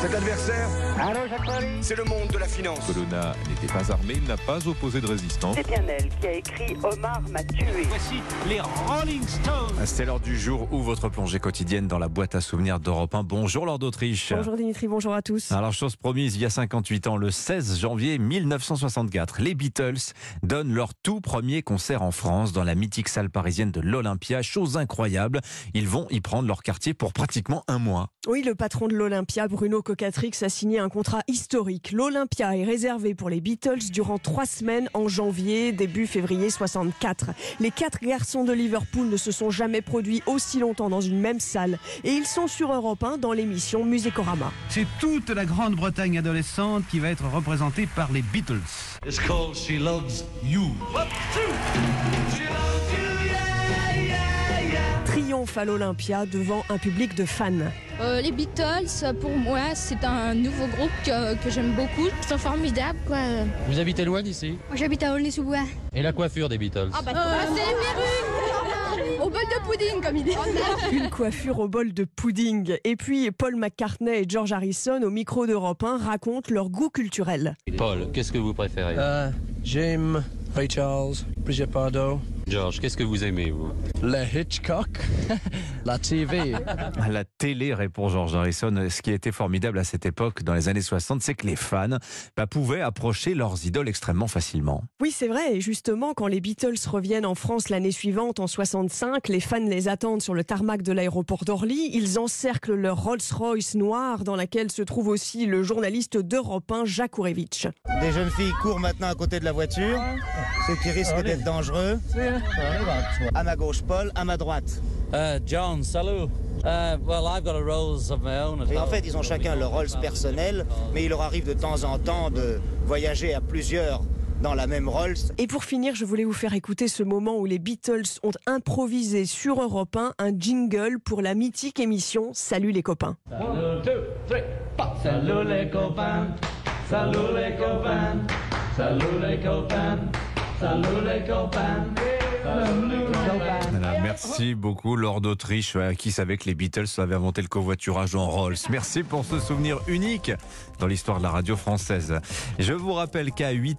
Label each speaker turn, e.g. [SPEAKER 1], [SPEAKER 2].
[SPEAKER 1] Cet adversaire,
[SPEAKER 2] Allô, Jacques Paris
[SPEAKER 1] c'est le monde de la finance.
[SPEAKER 3] Colonna n'était pas armé, il n'a pas opposé de résistance.
[SPEAKER 4] C'est bien elle qui a écrit Omar m'a tué.
[SPEAKER 5] Voici les Rolling Stones.
[SPEAKER 6] C'est l'heure du jour où votre plongée quotidienne dans la boîte à souvenirs d'Europe 1. Bonjour Lord d'Autriche.
[SPEAKER 7] Bonjour Dimitri, bonjour à tous.
[SPEAKER 6] Alors chose promise, il y a 58 ans, le 16 janvier 1964, les Beatles donnent leur tout premier concert en France dans la mythique salle parisienne de l'Olympia. Chose incroyable, ils vont y prendre leur quartier pour pratiquement un mois.
[SPEAKER 7] Oui, le patron de l'Olympia, Bruno Cocatrix, a signé un contrat historique. L'Olympia est réservé pour les Beatles durant trois semaines en janvier, début février 64. Les quatre garçons de Liverpool ne se sont jamais produits aussi longtemps dans une même salle et ils sont sur Europe 1 dans l'émission Musicorama.
[SPEAKER 8] C'est toute la Grande-Bretagne adolescente qui va être représentée par les Beatles.
[SPEAKER 9] It's called She Loves You.
[SPEAKER 7] Triomphe à l'Olympia devant un public de fans.
[SPEAKER 10] Euh, les Beatles, pour moi, c'est un nouveau groupe que, que j'aime beaucoup. Ils sont formidables, quoi.
[SPEAKER 11] Vous habitez loin d'ici
[SPEAKER 12] Moi, j'habite à Aulnay-sous-Bois. Ah bah.
[SPEAKER 11] Et la coiffure des Beatles
[SPEAKER 10] Euh, c'est les perruques Au bol de pudding, comme il dit.
[SPEAKER 7] Une coiffure au bol de pudding. Et puis Paul McCartney et George Harrison au micro d'Europe 1 racontent leur goût culturel.
[SPEAKER 11] Paul, qu'est-ce que vous préférez
[SPEAKER 5] Euh.
[SPEAKER 13] Uh, Jim, Ray Charles, Bridget Bardot,
[SPEAKER 11] George, qu'est-ce que vous aimez, vous
[SPEAKER 13] Le Hitchcock, la TV.
[SPEAKER 6] À La télé, répond George Harrison. Ce qui était formidable à cette époque, dans les années 60, c'est que les fans bah, pouvaient approcher leurs idoles extrêmement facilement.
[SPEAKER 7] Oui, c'est vrai. Et justement, quand les Beatles reviennent en France l'année suivante, en 65, les fans les attendent sur le tarmac de l'aéroport d'Orly. Ils encerclent leur Rolls-Royce noire dans laquelle se trouve aussi le journaliste d'Europe 1, Jacques Ourevitch.
[SPEAKER 14] Des jeunes filles courent maintenant à côté de la voiture, ce qui risque d'être dangereux. À ma gauche, Paul, à ma droite.
[SPEAKER 11] Uh, John, salut. Uh, well, I've got a Rolls of my own.
[SPEAKER 14] Et en fait, ils ont chacun leur Rolls personnel, mais il leur arrive de temps en temps de voyager à plusieurs dans la même Rolls.
[SPEAKER 7] Et pour finir, je voulais vous faire écouter ce moment où les Beatles ont improvisé sur Europe 1 un jingle pour la mythique émission Salut les copains.
[SPEAKER 5] One, two, three, pas. Salut les copains. Salut les copains. Salut les copains. Salut les copains. Salut les copains.
[SPEAKER 6] Voilà, merci beaucoup, Lord d'Autriche, euh, qui savait que les Beatles avaient inventé le covoiturage en Rolls. Merci pour ce souvenir unique dans l'histoire de la radio française. Je vous rappelle qu'à 8